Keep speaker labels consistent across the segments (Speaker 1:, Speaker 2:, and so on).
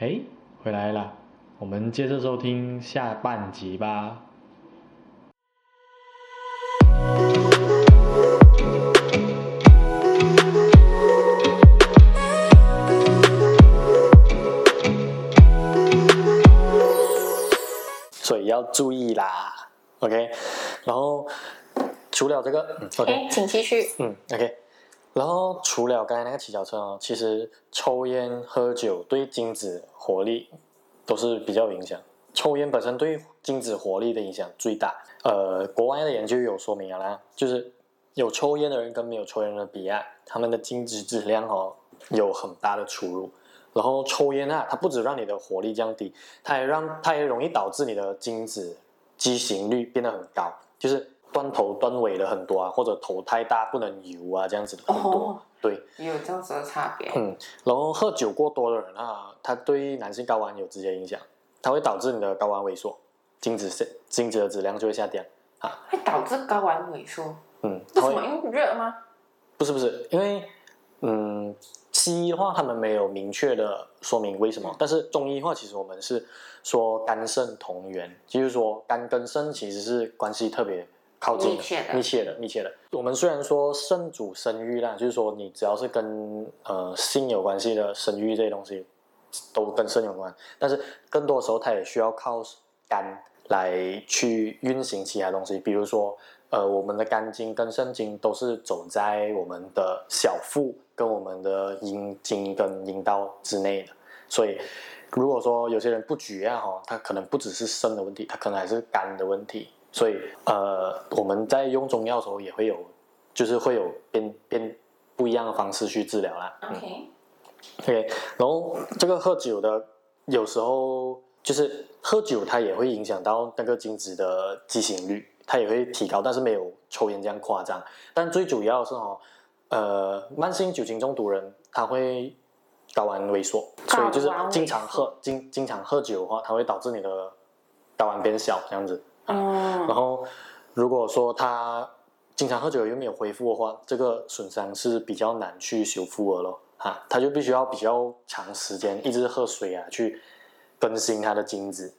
Speaker 1: 哎，回来啦，我们接着收听下半集吧。所以要注意啦，OK。然后除了这个，嗯，OK，
Speaker 2: 哎，请继续。
Speaker 1: 嗯，OK。然后除了刚才那个骑脚车哦，其实抽烟、喝酒对精子活力都是比较有影响。抽烟本身对精子活力的影响最大。呃，国外的研究有说明啊啦，就是有抽烟的人跟没有抽烟的人比啊，他们的精子质量哦有很大的出入。然后抽烟啊，它不止让你的活力降低，它也让它也容易导致你的精子畸形率变得很高，就是断头断尾了很多啊，或者头太大不能游啊这样子的很多。
Speaker 2: 哦
Speaker 1: 对，
Speaker 3: 有这样子的差别。
Speaker 1: 嗯，然后喝酒过多的人啊，他对男性睾丸有直接影响，它会导致你的睾丸萎缩，精子是精子的质量就会下降。
Speaker 3: 会导致睾丸萎缩，
Speaker 1: 嗯，
Speaker 3: 为
Speaker 1: 它
Speaker 3: 什
Speaker 1: 会
Speaker 3: 么？因为热吗？
Speaker 1: 不是不是，因为嗯，西医的话他们没有明确的说明为
Speaker 3: 嗯
Speaker 1: 什么，但是中医的话其实我们是说肝肾同源，就是说肝跟肾其实是关系特别靠近
Speaker 3: 密切的
Speaker 1: 密切的、密切的。我们虽然说肾主生育啦，就是说你只要是跟呃性有关系的生育这些东西都跟肾有关，但是更多的时候它也需要靠肝来去运行其他东西，比如说呃我们的肝经跟肾经都是走在我们的小腹跟我们的阴茎跟阴道之内的，所以。如果说有些人不举啊，哈，他可能不只是肾的问题，他可能还是肝的问题。所以，呃，我们在用中药的时候也会有，就是会有变变不一样的方式去治疗啦。嗯
Speaker 3: OK，
Speaker 1: OK，然后这个喝酒的，有时候就是喝酒，它也会影响到那个精子的畸形率，它也会提高，但是没有抽烟这样夸张。但最主要的是哦，呃，慢性酒精中毒人他会睾丸萎缩，所以就是
Speaker 3: 睾丸萎缩
Speaker 1: 经常喝经经常喝酒的话，它会导致你的睾丸变小这样子。然
Speaker 3: 哦，
Speaker 1: 后如果说他经常喝酒又没有恢复的话，这个损伤是比较难去修复的咯。哈，他就必须要比较长时间一直喝水啊，去更新他的精子。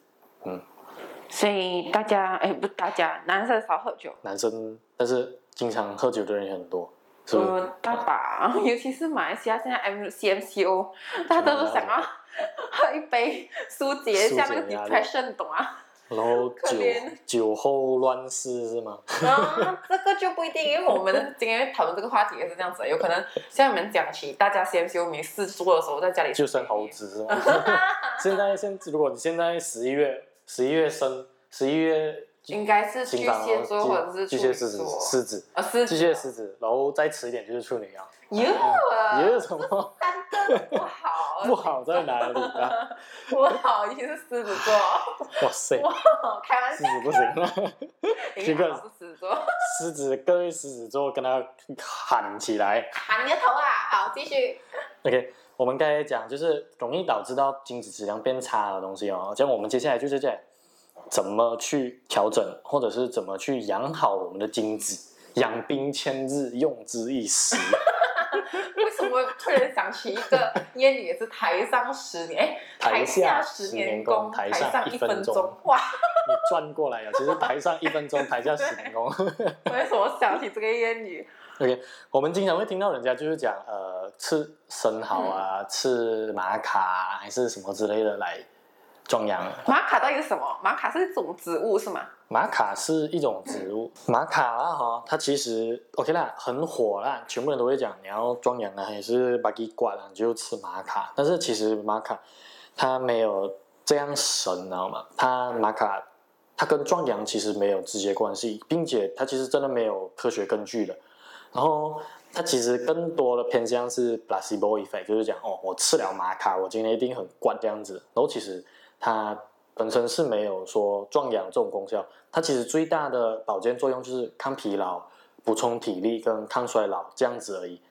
Speaker 3: 所以大家哎，不，大家男生少喝酒，
Speaker 1: 男生，但是经常喝酒的人也很多，是不是？
Speaker 3: 呃，大把， 尤其是马来西亚现在 M C M C O，大家都想要喝一杯疏解一下那个
Speaker 1: 疏解压力
Speaker 3: depression，懂 吗？
Speaker 1: 然后
Speaker 3: 可
Speaker 1: 酒
Speaker 3: 怜
Speaker 1: 酒后乱世是吗？
Speaker 3: 啊，这个就不一定，因为我们今天讨论这个话题也是这样子的，有可能像你们讲起大家 C M C O 没事做的时候，在家里
Speaker 1: 就生猴子是吗？ 现在现如果你现在十一月十一月生十一月
Speaker 3: 应该是巨
Speaker 1: 新长
Speaker 3: 蟹座或者是
Speaker 1: 巨
Speaker 3: 处
Speaker 1: 蟹
Speaker 3: 女
Speaker 1: 狮子
Speaker 3: 座，
Speaker 1: 狮子
Speaker 3: 啊狮
Speaker 1: 巨
Speaker 3: 子
Speaker 1: 蟹狮子，然后再迟一点就是处女啊。
Speaker 3: 哟，
Speaker 1: 也有什么
Speaker 3: 三个不 好，
Speaker 1: 不好在哪里 啊？
Speaker 3: 不好，尤其是狮子座，
Speaker 1: 哇塞，
Speaker 3: 开玩
Speaker 1: 狮
Speaker 3: 笑，
Speaker 1: 子不行了，这个
Speaker 3: 你好是狮子座，
Speaker 1: 狮子各位狮子座跟他喊起来。
Speaker 3: 喊你的头啊！好，继续。
Speaker 1: OK，我们刚才讲就是容易导致到精子质量变差的东西哦。这样我们接下来就是讲怎么去调整，或者是怎么去养好我们的精子。养兵千日，用之一时。
Speaker 3: 为什么突然想起一个谚语，也是台上十年，哎，
Speaker 1: 台下
Speaker 3: 下十
Speaker 1: 十年
Speaker 3: 功，
Speaker 1: 功
Speaker 3: 台
Speaker 1: 台上
Speaker 3: 上
Speaker 1: 一分
Speaker 3: 分
Speaker 1: 钟。
Speaker 3: 哇，
Speaker 1: 你转过来了，啊其实台上一分钟，台下十年功。
Speaker 3: 为什么想起这个谚语？
Speaker 1: OK，我们经常会听到人家就是讲，呃，吃生蚝啊，吃玛卡啊还是什么之类的来壮阳。
Speaker 3: 玛卡到底是什么？玛卡是一种植物是吗？
Speaker 1: 玛卡是一种植物，玛卡啦哈，它其实 OK 啦，很火啦，全部人都会讲你要壮阳啊，还是把给管啦，你就吃玛卡。但是其实玛卡它没有这样神，你知道吗？它玛卡它跟壮阳其实没有直接关系，并且它其实真的没有科学根据的。然后它其实更多的偏向是 placebo effect，就是讲哦，我吃了玛卡，我今天一定很灌这样子。然后其实它本身是没有说壮阳这种功效，它其实最大的保健作用就是抗疲劳、补充体力跟抗衰老这样子而已。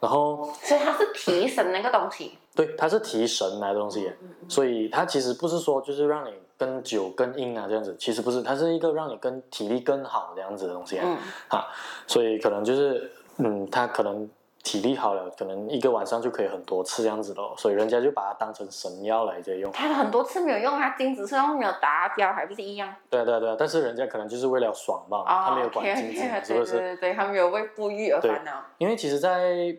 Speaker 1: 然后
Speaker 3: 所以它是提神那个东西。嗯
Speaker 1: 对，它是提神来的东西，所以它其实不是说就是让你更久更硬啊这样子，其实不是，它是一个让你跟体力更好这样子的东西。
Speaker 3: 嗯，
Speaker 1: 啊，所以可能就是嗯，他可能体力好了，可能一个晚上就可以很多次这样子的哦，所以人家就把它当成神药来着用。
Speaker 3: 他很多次没有用，他精子虽然没有达标，还不是一样？
Speaker 1: 对啊对啊对啊，但是人家可能就是为了爽嘛，
Speaker 3: 啊、
Speaker 1: 哦他没有管精子
Speaker 3: o k
Speaker 1: 嘛，是不是？
Speaker 3: 对对对，他没有为不育而烦恼。
Speaker 1: 因为其实在，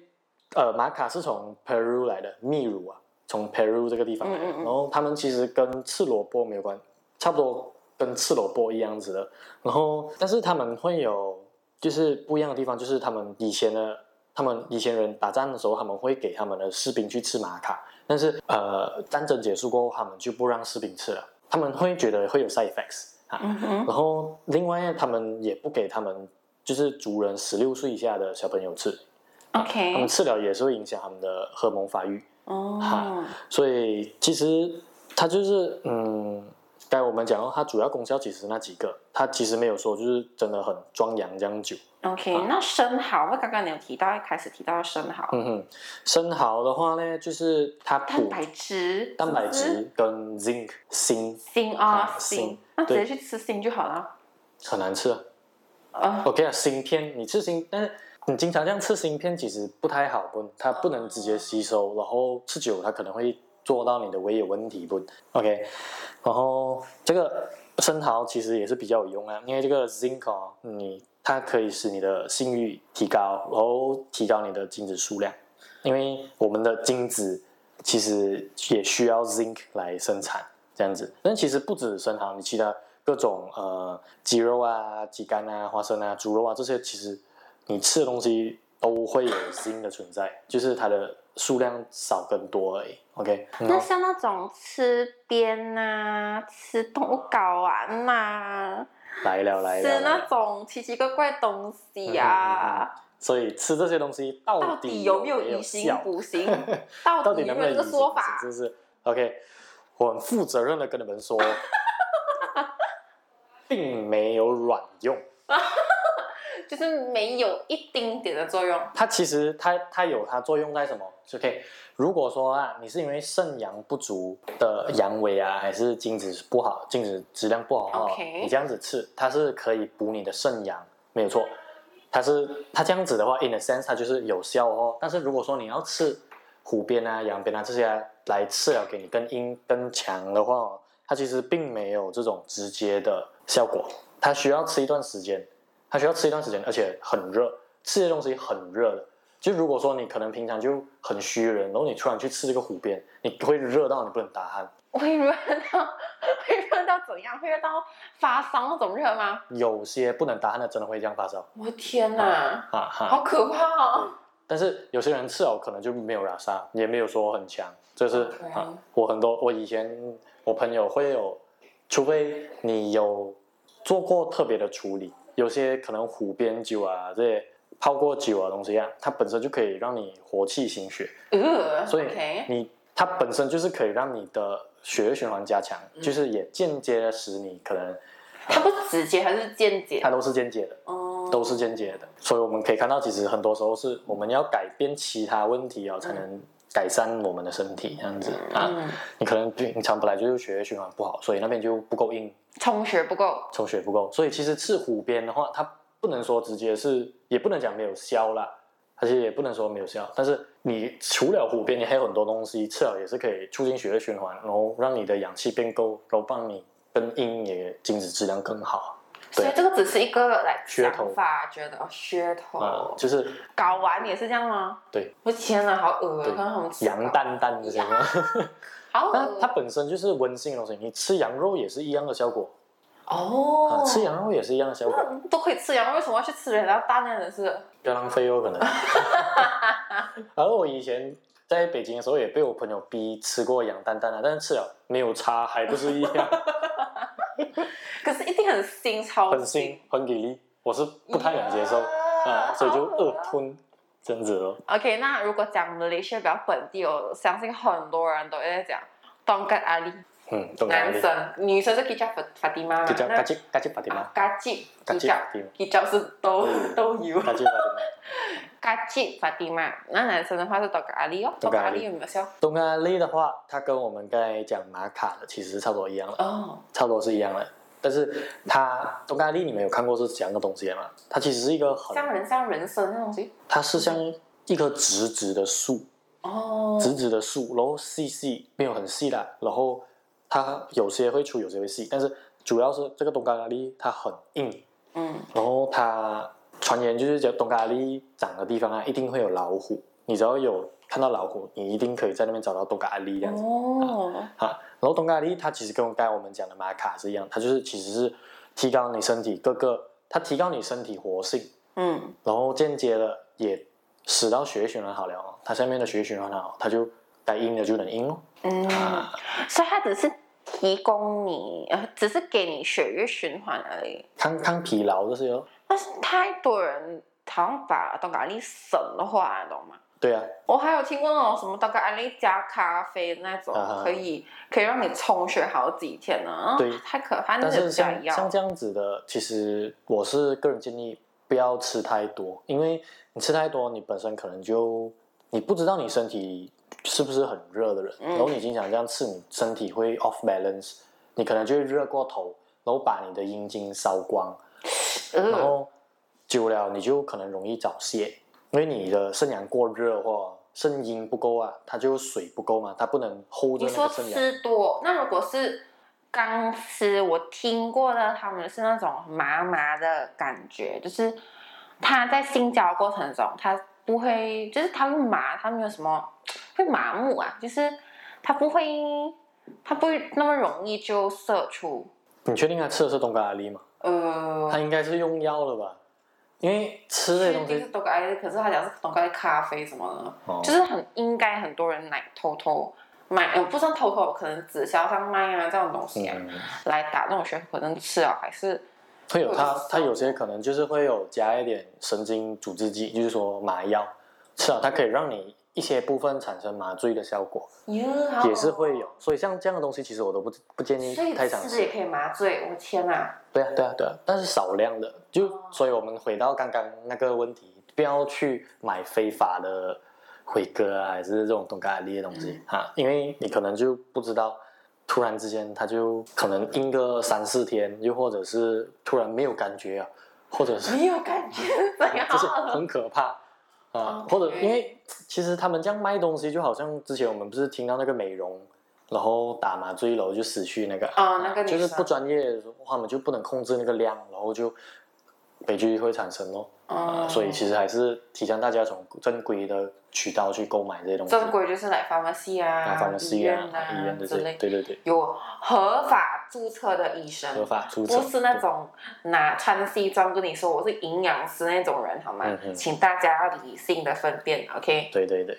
Speaker 1: 呃马卡是从 Peru 来的，秘鲁啊，从 Peru 这个地方来的。
Speaker 3: 嗯嗯嗯
Speaker 1: 然后他们其实跟赤萝卜没有关，差不多跟赤萝卜一样子的。然后，但是他们会有就是不一样的地方，就是他们以前的。他们以前人打仗的时候，他们会给他们的士兵去吃玛卡，但是呃，战争结束过后，他们就不让士兵吃了，他们会觉得会有 side effects 啊，
Speaker 3: 嗯哼，
Speaker 1: 然后另外他们也不给他们就是族人十六岁以下的小朋友吃，哦他
Speaker 3: OK，
Speaker 1: 们吃了也是会影响他们的荷尔蒙发育，
Speaker 3: 哦
Speaker 1: 哈，所以其实它就是嗯，刚才我们讲到它主要功效其实那几个，它其实没有说就是真的很壮阳这样久。
Speaker 3: OK，、那生蚝，我刚刚你有提到，一开始提到生蚝，
Speaker 1: 嗯哼，生蚝的话呢，就是它
Speaker 3: 蛋
Speaker 1: 补
Speaker 3: 白质，
Speaker 1: 蛋白
Speaker 3: 是不是，
Speaker 1: 质跟 zinc 锌
Speaker 3: 锌啊
Speaker 1: 啊
Speaker 3: 锌
Speaker 1: 锌，
Speaker 3: 那直接
Speaker 1: 对
Speaker 3: 去吃锌就好了。
Speaker 1: 很难吃、啊。
Speaker 3: 呃，
Speaker 1: OK 啊，锌片你吃锌，但是你经常这样吃锌片其实不太好不，它不能直接吸收，然后吃久它可能会做到你的胃有问题不？OK，然后这个生蚝其实也是比较有用啊，因为这个 zinc 哦，你它可以使你的性欲提高，然后提高你的精子数量，因为我们的精子其实也需要 zinc 来生产这样子。但其实不止生蚝，你其他各种呃鸡肉啊、鸡肝啊、花生啊、猪肉啊这些，其实你吃的东西都会有 zinc 的存在，就是它的数量少跟多而已。OK，嗯
Speaker 3: 那像那种吃鞭呐、吃动物睾丸呐、
Speaker 1: 来了来了嗯
Speaker 3: 吃
Speaker 1: 来
Speaker 3: 那
Speaker 1: 了，
Speaker 3: 种奇奇怪怪的东西啊，
Speaker 1: 所以吃这些东西
Speaker 3: 到
Speaker 1: 到
Speaker 3: 底
Speaker 1: 底
Speaker 3: 有没
Speaker 1: 没
Speaker 3: 有
Speaker 1: 有
Speaker 3: 以形
Speaker 1: 效？
Speaker 3: 补形？到
Speaker 1: 到
Speaker 3: 底
Speaker 1: 底
Speaker 3: 有
Speaker 1: 能不
Speaker 3: 没有
Speaker 1: 能
Speaker 3: 这个
Speaker 1: 以
Speaker 3: 说
Speaker 1: 形
Speaker 3: 法
Speaker 1: 补？形是不是 OK，我很负责任的跟你们 说，并没有卵用。
Speaker 3: 就是没有一丁点的作用。
Speaker 1: 它其实它它有它作用在什么？就可以，如果说啊，你是因为肾阳不足的阳痿啊，还是精子不好，精子质量不好的话
Speaker 3: OK
Speaker 1: 你这样子吃，它是可以补你的肾阳，没有错。它是它这样子的话，in a sense 它就是有效哦。但是如果说你要吃虎鞭啊、羊鞭啊这些啊来吃了给你更阴更强的话、哦，它其实并没有这种直接的效果，它需要吃一段时间。它需要吃一段时间，而且很热，吃这些东西很热的。就如果说你可能平常就很虚人，然后你突然去吃这个湖边，你会热到你不能打鼾。
Speaker 3: 会热到会热到怎样？会热到发烧那种热吗？
Speaker 1: 有些不能打鼾的真的会这样发烧，
Speaker 3: 我的天哪，
Speaker 1: 哈哈。
Speaker 3: 好可怕哦！
Speaker 1: 但是有些人吃了可能就没有拉萨，也没有说很强，这是
Speaker 3: OK
Speaker 1: 啊，我很多我以前我朋友会有，除非你有做过特别的处理，有些可能湖边酒啊这些泡过酒啊东西啊，它本身就可以让你活气行血。
Speaker 3: 呃，
Speaker 1: 所以
Speaker 3: OK，
Speaker 1: 你它本身就是可以让你的血液循环加强，就是也间接的使你可能
Speaker 3: 它不直接还是间接
Speaker 1: 它？都是间接的，
Speaker 3: 哦，
Speaker 1: 都是间接的。所以我们可以看到，其实很多时候是我们要改变其他问题哦，才能改善我们的身体这样子啊。
Speaker 3: 嗯，
Speaker 1: 你可能平常本来就是血液循环不好，所以那边就不够硬，
Speaker 3: 充血不够。
Speaker 1: 充血不够。所以其实吃虎鞭的话，它不能说直接是，也不能讲没有效啦。而且也不能说没有效，但是你除了虎鞭，你还有很多东西吃了也是可以促进血液循环，然后让你的氧气变够，然后帮你跟阴也精子质量更好
Speaker 3: 所以这个只是一个来
Speaker 1: 噱头
Speaker 3: 想法，觉得哦噱
Speaker 1: 啊、
Speaker 3: 头。
Speaker 1: 就是
Speaker 3: 睾丸也是这样吗？
Speaker 1: 对，
Speaker 3: 我的天哪，好恶
Speaker 1: 对
Speaker 3: 心，看他们吃
Speaker 1: 羊
Speaker 3: 睾丸，
Speaker 1: 蛋蛋这些，
Speaker 3: 好
Speaker 1: 但它
Speaker 3: 恶
Speaker 1: 本身就是温性的东西，你吃羊肉也是一样的效果啊、
Speaker 3: 哦，
Speaker 1: 吃羊肉也是一样的效果，
Speaker 3: 那都可以吃羊，为什么要去吃人家蛋呢？真是。
Speaker 1: 不要浪费哦，可能。然后我以前在北京的时候也被我朋友逼吃过羊蛋蛋啊，但是吃了没有差，还不是一样，
Speaker 3: 可是一定很腥，超
Speaker 1: 很腥，很给力，我是不太能 接受。啊，所以就恶吞这样子咯。
Speaker 3: OK，那如果讲 Malaysia 比较本地，我相信很多人都会在讲 t o n g a t Ali，
Speaker 1: 嗯，懂了。
Speaker 3: 男生、女生是 Kijab Fatima，
Speaker 1: 就叫嘎
Speaker 3: 那
Speaker 1: 叽嘎叽巴迪玛，
Speaker 3: Gajib
Speaker 1: Gajib
Speaker 3: Kijab
Speaker 1: Fatima
Speaker 3: Kijab 是都
Speaker 1: 嗯
Speaker 3: 都有
Speaker 1: 嘎叽巴迪玛。
Speaker 3: Gajib Fatima，那男生的话是 t o n g a t Ali 哦 t o n g
Speaker 1: Tongkat
Speaker 3: a t
Speaker 1: Ali
Speaker 3: Ali 有没有效？
Speaker 1: 东咖喱的话，它跟我们刚才讲玛卡的其实差不多一样了，
Speaker 3: 哦，
Speaker 1: 差不多是一样的。但是它东咖喱你们有看过是怎样的东西的吗？它其实是一个很，
Speaker 3: 像人像人参那种东西，
Speaker 1: 它是像一棵直直的树，
Speaker 3: 哦，
Speaker 1: 直直的树，然后细细没有很细啦，然后它有些会粗，有些会细，但是主要是这个东嘎咖喱它很硬，
Speaker 3: 嗯，
Speaker 1: 然后它传言就是讲东咖喱长的地方啊，一定会有老虎，你只要有看到老虎，你一定可以在那边找到东咖喱这样子。
Speaker 3: 哦，
Speaker 1: 啊，然后东咖喱它其实跟刚才我们讲的玛卡是一样，它就是其实是提高你身体各个，它提高你身体活性，
Speaker 3: 嗯，
Speaker 1: 然后间接的也使到血液循环好了、哦，它下面的血液循环好，它就该阴的就能阴哦。
Speaker 3: 嗯，所以它只是提供你，呃，只是给你血液循环而已。
Speaker 1: 抗抗疲劳这些哦，
Speaker 3: 但是太多人好像把东咖喱神化，你懂吗？
Speaker 1: 对啊，
Speaker 3: 我还有听过那种什么东咖喱加咖啡那种，
Speaker 1: 啊
Speaker 3: 可以可以让你充血好几天呢、啊。
Speaker 1: 对
Speaker 3: 太可怕，那
Speaker 1: 但
Speaker 3: 个不
Speaker 1: 是
Speaker 3: 想
Speaker 1: 像像
Speaker 3: 要。
Speaker 1: 这样子的，其实我是个人建议不要吃太多，因为你吃太多，你本身可能就你不知道你身体是不是很热的人，
Speaker 3: 嗯
Speaker 1: 然后你经常这样吃，你身体会 off balance，你可能就会热过头，然后把你的阴茎烧光，然
Speaker 3: 呃，
Speaker 1: 后久了你就可能容易早泄，因为你的肾阳过热或肾阴不够啊，它就水不够嘛，它不能 hold
Speaker 3: 你
Speaker 1: 着那个
Speaker 3: 说
Speaker 1: 啊肾阳。
Speaker 3: 吃多，那如果是刚吃，我听过的他们是那种麻麻的感觉，就是它在性交过程中，它不会，就是它会麻，它没有什么会麻木啊，就是它不会，它不会那么容易就射出。
Speaker 1: 你确定他吃的是东咖喱吗？
Speaker 3: 呃，
Speaker 1: 他应该是用药了吧？因为吃这些东
Speaker 3: 确定是
Speaker 1: 西，
Speaker 3: 懂咖喱，可是他讲是懂咖喱咖啡什么的，
Speaker 1: 哦
Speaker 3: 就是很应该很多人来偷偷买，呃，不算偷偷，可能直销上卖啊这种东西啊，
Speaker 1: 嗯，
Speaker 3: 来打这种血可能吃啊，还是
Speaker 1: 会有
Speaker 3: 会有
Speaker 1: 它，它有些可能就是会有加一点神经阻滞剂，就是说麻药，是啊，它可以让你一些部分产生麻醉的效果，也是会有。。所以像这样的东西，其实我都不不建议
Speaker 3: 哦所以
Speaker 1: 太常
Speaker 3: 吃也
Speaker 1: 吃。
Speaker 3: 可以麻醉，我天哪！
Speaker 1: 对啊，对啊，对啊，但是少量的，就
Speaker 3: 哦
Speaker 1: 所以我们回到刚刚那个问题，不要去买非法的辉哥啊，还是这种东咖喱的东西、啊，因为你可能就不知道，突然之间它就可能阴个三四天，又或者是突然没有感觉啊，或者是
Speaker 3: 没有感觉是怎 样？
Speaker 1: 就是很可怕啊
Speaker 3: OK，
Speaker 1: 或者因为其实他们这样卖东西，就好像之前我们不是听到那个美容，然后打麻醉然后就死去那个
Speaker 3: 啊那个女
Speaker 1: 就是
Speaker 3: 生
Speaker 1: 不专业的话，他们就不能控制那个量，然后就悲剧会产生咯。啊，
Speaker 3: 嗯
Speaker 1: 所以其实还是提倡大家从正规的渠道去购买这些东西，
Speaker 3: 正规就是来 pharmacy 啊、
Speaker 1: 反正是
Speaker 3: 医
Speaker 1: 啊
Speaker 3: 院
Speaker 1: 啊医院这
Speaker 3: 之
Speaker 1: 些，
Speaker 3: 类，
Speaker 1: 对对对，
Speaker 3: 有合法注册的医生，
Speaker 1: 合法出
Speaker 3: 不
Speaker 1: 厂，
Speaker 3: 是那
Speaker 1: 对
Speaker 3: 种拿穿西装跟你说我是营养师那种人，好吗？
Speaker 1: 嗯嗯
Speaker 3: 请大家要理性的分辨，OK？
Speaker 1: 对对对，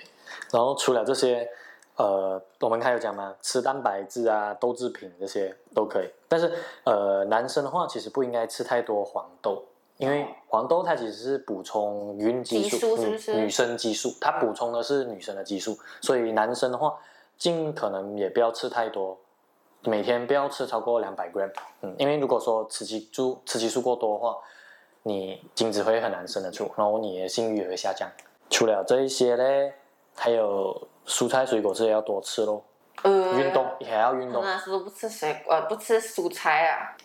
Speaker 1: 然后除了这些，呃，我们还有讲嘛，吃蛋白质啊、豆制品这些都可以。但是呃，男生的话其实不应该吃太多黄豆，因为黄豆它其实是补充孕激
Speaker 3: 激
Speaker 1: 素，
Speaker 3: 素是
Speaker 1: 女
Speaker 3: 不是
Speaker 1: 嗯女生激素，它补充的是女生的激素，所以男生的话，尽可能也不要吃太多。每天不要吃超过两百 gram，嗯，因为如果说雌激素雌激素过多的话，你精子会很难生得出，然后你的性欲也会下降。除了这一些嘞，还有蔬菜水果这些要多吃咯，
Speaker 3: 呃，
Speaker 1: 运动也要运动
Speaker 3: 真，的是不吃水呃不吃蔬菜啊，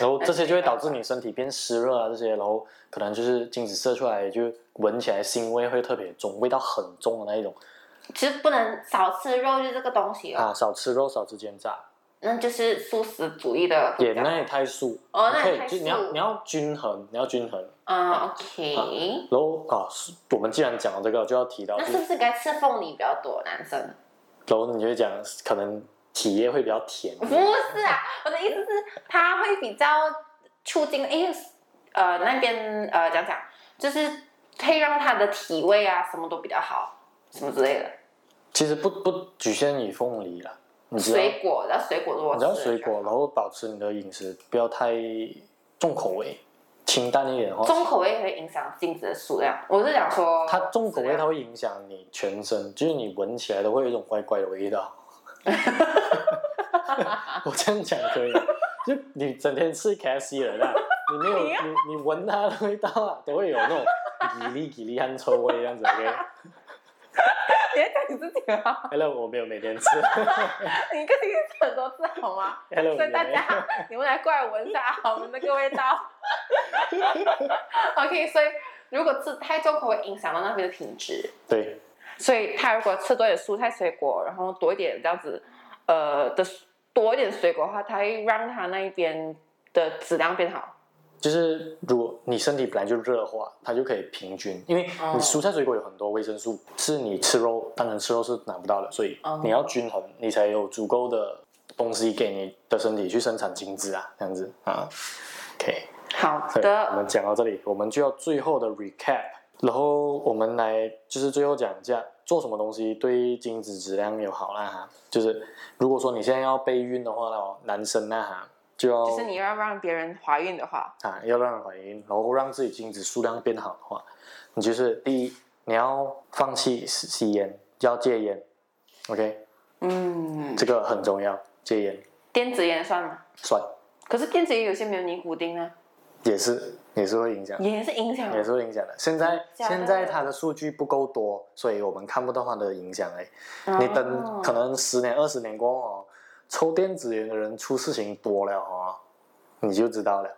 Speaker 1: 然后这些就会导致你身体变湿热啊这些，然后可能就是精子射出来就闻起来腥味会特别重，味道很重的那一种
Speaker 3: 其实不能少吃肉，就这个东西哦，
Speaker 1: 啊，少吃肉，少吃煎炸，
Speaker 3: 那就是素食主义的国
Speaker 1: 也
Speaker 3: 家。
Speaker 1: 那也太素，
Speaker 3: 哦
Speaker 1: 你
Speaker 3: 那
Speaker 1: 可
Speaker 3: 也
Speaker 1: 以
Speaker 3: 太
Speaker 1: 就你要
Speaker 3: 素
Speaker 1: 你要均衡，你要均衡。
Speaker 3: 嗯，OK。
Speaker 1: 然后啊，是我们既然讲到这个，就要提到
Speaker 3: 那
Speaker 1: 就是
Speaker 3: 是不是该吃凤梨比较多？男生
Speaker 1: 然后你就会讲可能体液会比较甜，
Speaker 3: 不是啊，我的意思是，它会比较促进，因为呃那边呃讲讲，就是可以让他的体味啊什么都比较好，什么之类的。
Speaker 1: 其实不不局限于凤梨啦，你知道。
Speaker 3: 水果，然后水果如果
Speaker 1: 你知道
Speaker 3: 吃
Speaker 1: 水果，然后保持你的饮食不要太重口味，清淡一点的话，
Speaker 3: 重口味会影响精子的数量。我是想说，
Speaker 1: 它重口味它
Speaker 3: 它
Speaker 1: 会影响你全身，就是你闻起来都会有一种怪怪的味道。 我这样讲可以吗，就你整天吃 KFC 的人啊，你没有
Speaker 3: 你啊
Speaker 1: 你你闻它的味道啊，都会有那种吉利吉利汗臭味这样子。OK，
Speaker 3: 别讲你自己啊，
Speaker 1: hello 我没有每天吃
Speaker 3: 你一个星期吃很多次好吗？
Speaker 1: ，hello
Speaker 3: 所
Speaker 1: 也
Speaker 3: 以大
Speaker 1: 没有。
Speaker 3: 家，你们来过来闻一下我们那个味道。OK，所以如果吃太重口味，影响到那边的品质。
Speaker 1: 对，
Speaker 3: 所以他如果吃多一点蔬菜水果，然后多一点这样子，呃的多一点水果的话，它会让他那一边的质量变好。
Speaker 1: 就是如果你身体本来就热的话，它就可以平均，因为
Speaker 3: 哦
Speaker 1: 你蔬菜水果有很多维生素，是你吃肉单纯吃肉是拿不到的，所以
Speaker 3: 哦
Speaker 1: 你要均衡，你才有足够的东西给你的身体去生产精子啊，这样子啊。OK，
Speaker 3: 好
Speaker 1: 对，我
Speaker 3: 的，
Speaker 1: 们讲到这里，我们就要最后的 recap，然后我们来就是最后讲一下做什么东西对精子质量有好啦哈。就是如果说你现在要备孕的话呢，男生呢哈就要
Speaker 3: 就是你要让别人怀孕的话，
Speaker 1: 啊，要让人怀孕，然后让自己精子数量变好的话，你就是第一，你要放弃吸吸烟，要戒烟，OK，
Speaker 3: 嗯，
Speaker 1: 这个很重要，戒烟
Speaker 3: 电子烟算吗？
Speaker 1: 算
Speaker 3: 可是电子烟有些没有尼古丁呢，
Speaker 1: 也是也是会影响，
Speaker 3: 也是影响。
Speaker 1: 也是会影响的。现在
Speaker 3: 假嗯的
Speaker 1: 现在它的数据不够多，所以我们看不到它的影响哎。
Speaker 3: 哦
Speaker 1: 你等可能十年二十年过后哦，抽电子烟的人出事情多了哦，你就知道了。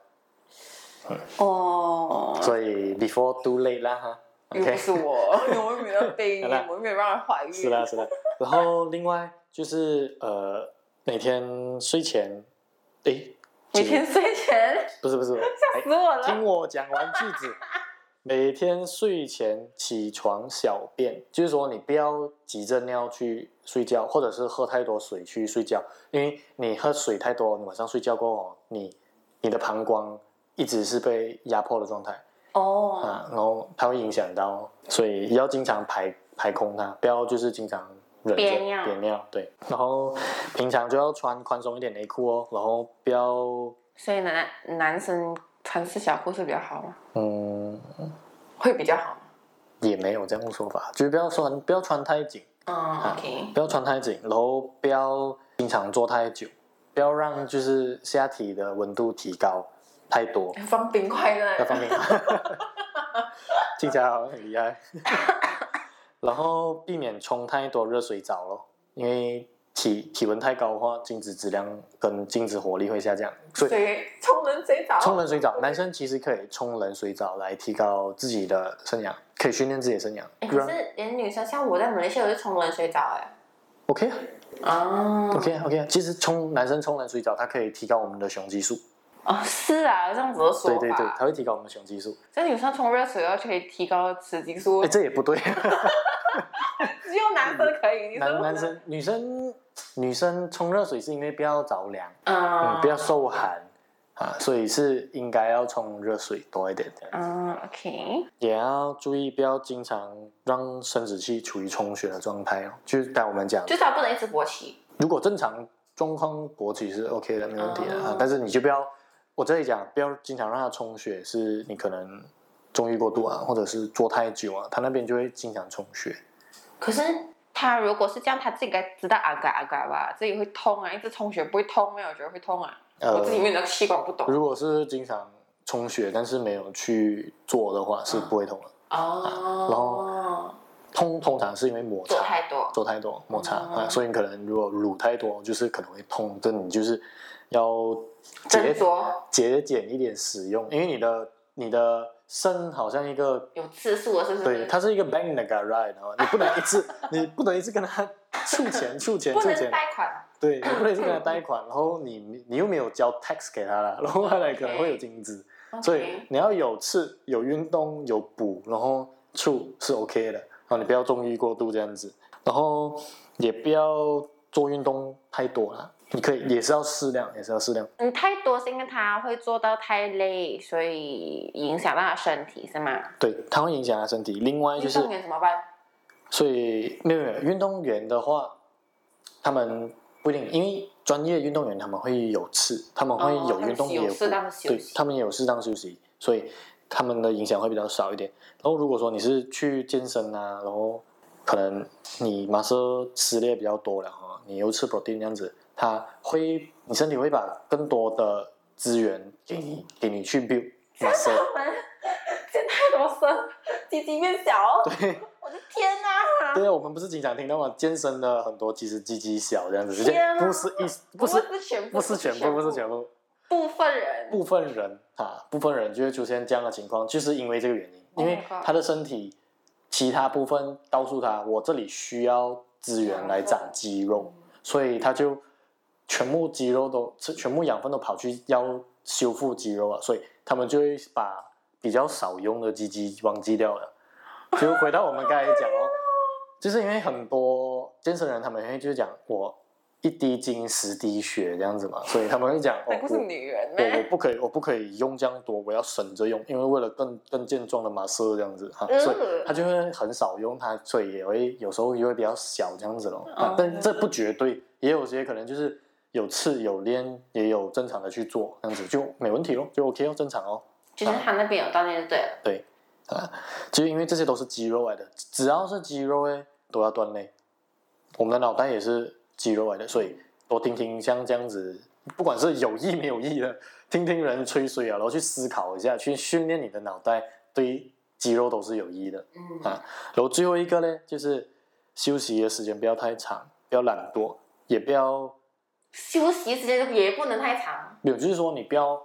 Speaker 3: 哦，
Speaker 1: 所以 before too late 啦哈
Speaker 3: 又不
Speaker 1: ，OK。
Speaker 3: 是我，因为我没有备
Speaker 1: 好啦
Speaker 3: 孕，我没有让人怀孕。
Speaker 1: 是啦，是啦。然后另外就是呃，每天睡前，诶，
Speaker 3: 每天睡前，
Speaker 1: 不是不是，
Speaker 3: 吓死我
Speaker 1: 诶
Speaker 3: 了。
Speaker 1: 听我讲完句 子。每天睡前起床小便，就是说你不要急着尿去睡觉，或者是喝太多水去睡觉，因为你喝水太多，你晚上睡觉过后，你你的膀胱一直是被压迫的状态，
Speaker 3: 哦，
Speaker 1: 啊，然后它会影响到，所以要经常排排空它，不要就是经常忍着
Speaker 3: 憋尿
Speaker 1: 憋尿，对。然后平常就要穿宽松一点内裤哦，然后不要
Speaker 3: 所以男男生穿四小裤是比较好吗？
Speaker 1: 嗯，
Speaker 3: 会比较好吗。
Speaker 1: 也没有这样的说法，就是不要穿不要穿太紧，
Speaker 3: 嗯
Speaker 1: 啊
Speaker 3: ，OK，
Speaker 1: 不要穿太紧，然后不要经常坐太久，不要让就是下体的温度提高太多，
Speaker 3: 放冰块
Speaker 1: 那
Speaker 3: 的。
Speaker 1: 方面， 静佳好像很厉害。然后避免冲太多热水澡咯，因为体体温太高的话，精子质量跟精子活力会下降，所以
Speaker 3: 对，冲冷水澡。
Speaker 1: 冲冷水澡，男生其实可以冲冷水澡来提高自己的生养，可以训练自己的生养。
Speaker 3: 诶
Speaker 1: 让
Speaker 3: 哎可是连女生，像我在马来西亚，我就冲冷水澡哎。
Speaker 1: OK 啊
Speaker 3: 哦。
Speaker 1: OK 啊 OK 啊，其实冲男生冲冷水澡，它可以提高我们的雄激素，
Speaker 3: 哦，是啊，这样子的说
Speaker 1: 对
Speaker 3: 法。
Speaker 1: 对对，它会提高我们的雄激素。
Speaker 3: 所以女生冲热水要可以提高雌激素
Speaker 1: 哎，，这也不对。
Speaker 3: 只有男生可以。女
Speaker 1: 男
Speaker 3: 不能
Speaker 1: 男。生女生女生冲热水是因为不要着凉。
Speaker 3: 嗯
Speaker 1: 嗯，，不要。受寒啊，所以是应该要冲热水多一点这样，
Speaker 3: 嗯，OK。
Speaker 1: 也要注意不要经常让生殖器处于充血的状态哦。就是刚才我们讲，
Speaker 3: 就是它不能一直勃起。
Speaker 1: 如果正常状况勃起是 OK 的，没问题的、
Speaker 3: 哦
Speaker 1: 啊，但是你就不要，我这里讲不要经常让它充血，是你可能纵欲过度啊，或者是坐太久啊，它那边就会经常充血。
Speaker 3: 可是他如果是这样，他自己应该知道啊嘎啊嘎吧，自己会痛啊，一直充血不会痛吗？我觉得会痛啊，我
Speaker 1: 呃
Speaker 3: 自，己没有那个器官不懂。
Speaker 1: 如果是经常充血，但是没有去做的话，是不会痛的。然
Speaker 3: 哦，
Speaker 1: 通通常是因为摩
Speaker 3: 做
Speaker 1: 擦。
Speaker 3: 太多，
Speaker 1: 做太多摩擦
Speaker 3: 哦
Speaker 1: 啊，所以你可能如果乳太多，就是可能会痛，这你就是要
Speaker 3: 斟
Speaker 1: 节
Speaker 3: 酌
Speaker 1: 节俭一点使用，因为你的你的肾好像一个
Speaker 3: 有次数了，是不是？
Speaker 1: 对，它是一个 bang 的 guy right，然后你不能一 次你不能一次跟他出钱出钱
Speaker 3: 不
Speaker 1: 出
Speaker 3: 能
Speaker 1: 钱，
Speaker 3: 贷款。
Speaker 1: 对，你不能一直跟他贷款，然后你你又没有交 tax 给他了，然后他来
Speaker 3: OK
Speaker 1: 可能会有精子，所以
Speaker 3: OK
Speaker 1: 你要有吃有运动有补，然后处是 OK 的啊，你不要纵欲过度这样子，然后也不要做运动太多了，你可以也是要适量，也是要适量。
Speaker 3: 嗯，太多是因为他会做到太累，所以影响到他身体是吗？
Speaker 1: 对，它会影响他身体。另外就是
Speaker 3: 运，动员怎么办？
Speaker 1: 所以没有没有运动员的话，他们不一定，因为专业运动员他们会有刺，他们会
Speaker 3: 哦
Speaker 1: 有
Speaker 3: 他们
Speaker 1: 运动
Speaker 3: 是
Speaker 1: 也
Speaker 3: 有
Speaker 1: 有
Speaker 3: 适
Speaker 1: 补
Speaker 3: 当的休
Speaker 1: 对
Speaker 3: 息
Speaker 1: 他们也有适当休息，所以他们的影响会比较少一点。然后如果说你是去健身啊，然后可能你马上撕裂比较多了哈，你又吃 protein 这样子，它会你身体会把更多的资源给你给你去 build muscle，
Speaker 3: 们健太多生，鸡鸡变小，
Speaker 1: 对。
Speaker 3: 我的天哪、
Speaker 1: 对啊，我们不是经常听到吗？健身的很多其实鸡鸡小这样子，直接
Speaker 3: 天啊
Speaker 1: 不是一不
Speaker 3: 不
Speaker 1: 是
Speaker 3: 是全部，
Speaker 1: 不是全部，不是全部，
Speaker 3: 部分人
Speaker 1: 部分人啊，部分人就会出现这样的情况，就是因为这个原因。因为
Speaker 3: Oh my god
Speaker 1: 他的身体其他部分告诉他，我这里需要资源来长肌肉，所以他就全部肌肉都全部养分都跑去要修复肌肉啊了，所以他们就会把比较少用的鸡鸡忘记掉了。就回到我们刚才讲哦，就是因为很多健身人他们会就是讲我一滴精十滴血这样子嘛，所以他们会讲哦
Speaker 3: 哎那，不是
Speaker 1: 我
Speaker 3: 女人
Speaker 1: 我我
Speaker 3: 咩？
Speaker 1: 不可以，我不可以用这样多，我要省着用，因为为了更更健壮的马色这样子哈、
Speaker 3: 嗯
Speaker 1: 所以他就会很少用它，所以也会有时候也会比较小这样子咯。啊
Speaker 3: 哦，
Speaker 1: 但这不绝对，也有些可能就是有刺有练，也有正常的去做，这样子就没问题咯，就 OK 哦，正常哦。
Speaker 3: 就是他那边有锻炼就对了。
Speaker 1: 啊，就因为这些都是肌肉来的，只要是肌肉诶，都要锻炼。我们的脑袋也是肌肉来的，所以多听听像这样子，不管是有意没有意的，听听人吹水啊，然后去思考一下，去训练你的脑袋，对肌肉都是有益的。
Speaker 3: 嗯
Speaker 1: 啊然后最后一个呢，就是休息的时间不要太长，不要懒惰，也不要
Speaker 3: 休息时间也不能太长。
Speaker 1: 没有，就是说你不要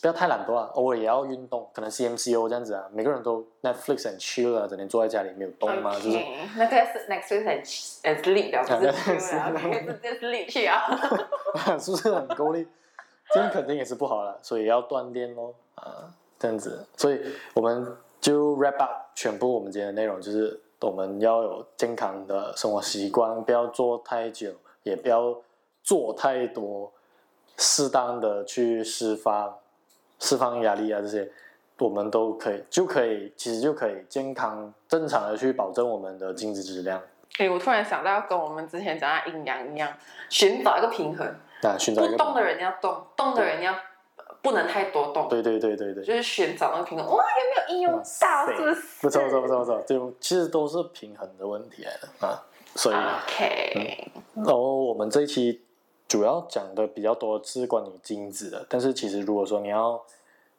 Speaker 1: 不要太懒惰啊，偶尔也要运动，可能 CMCO 这样子啊，每个人都 Netflix and chill 啊，整天坐在家里没有动嘛，就是
Speaker 3: OK，那个是 next week 很很 sleep 了，
Speaker 1: 啊
Speaker 3: 不
Speaker 1: 那
Speaker 3: 是
Speaker 1: 个
Speaker 3: chill 了
Speaker 1: 是
Speaker 3: ，OK，这是 sleep 去 啊。
Speaker 1: 是不是很够力？这样肯定也是不好了，所以要锻炼咯啊，这样子，所以我们就 wrap up 全部我们今天的内容，就是我们要有健康的生活习惯，不要做太久，也不要做太多，适当的去释放释放压力啊这些。我们都可以，就可以，其实就可以健康正常的去保证我们的精子质量，
Speaker 3: 哎，我突然想到，跟我们之前讲到阴阳一样，寻找一个平衡。
Speaker 1: 那寻找一
Speaker 3: 不
Speaker 1: 个
Speaker 3: 动的人要动，动的人要呃不能太多动，
Speaker 1: 对对对对对，
Speaker 3: 就是寻找那个平衡。哇，有没有应用到？是不是？
Speaker 1: 不错不错不错不错，就其实都是平衡的问题来的啊。所以，
Speaker 3: OK，
Speaker 1: 然后我们这一期主要讲的比较多是关于精子的，但是其实如果说你要，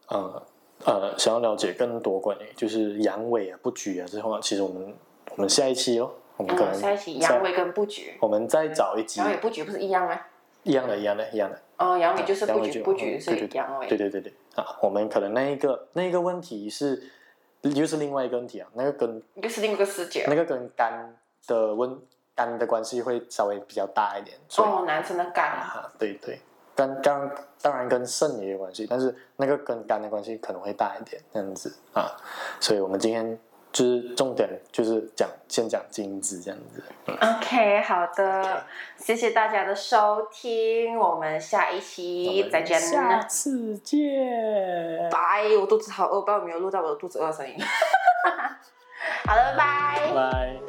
Speaker 1: 呃呃，想要了解更多关于就是阳痿啊、不举啊这种啊，其实我们我们下一期哦，我们可能
Speaker 3: 嗯，下一期阳痿跟布局，
Speaker 1: 我们再找一集
Speaker 3: 阳痿布局不是一样吗？
Speaker 1: 一样的、一样的、一样的，
Speaker 3: 哦，阳痿就是
Speaker 1: 阳
Speaker 3: 布
Speaker 1: 痿
Speaker 3: 局，
Speaker 1: 就
Speaker 3: 布局
Speaker 1: 嗯
Speaker 3: 所以
Speaker 1: 对
Speaker 3: 阳
Speaker 1: 对
Speaker 3: 痿。
Speaker 1: 对对对啊，我们可能那一个那一个问题是又是另外一个问题啊，那个跟
Speaker 3: 一个是另一个视角
Speaker 1: 那。个跟肝的温肝的关系会稍微比较大一点，所以、
Speaker 3: 哦，男生的肝，
Speaker 1: 啊，对对，肝肝当然跟肾也有关系，但是那个跟肝的关系可能会大一点，这样子啊，所以我们今天就是重点就是讲先讲精子这样子，
Speaker 3: OK，好的，谢谢大家的收听，我们下一
Speaker 1: 我
Speaker 3: 期
Speaker 1: 们
Speaker 3: 再见。
Speaker 1: 下次见，
Speaker 3: 拜， 我肚子好饿，不知道有没有录到我的肚子饿的声音。好了，拜。
Speaker 1: 拜。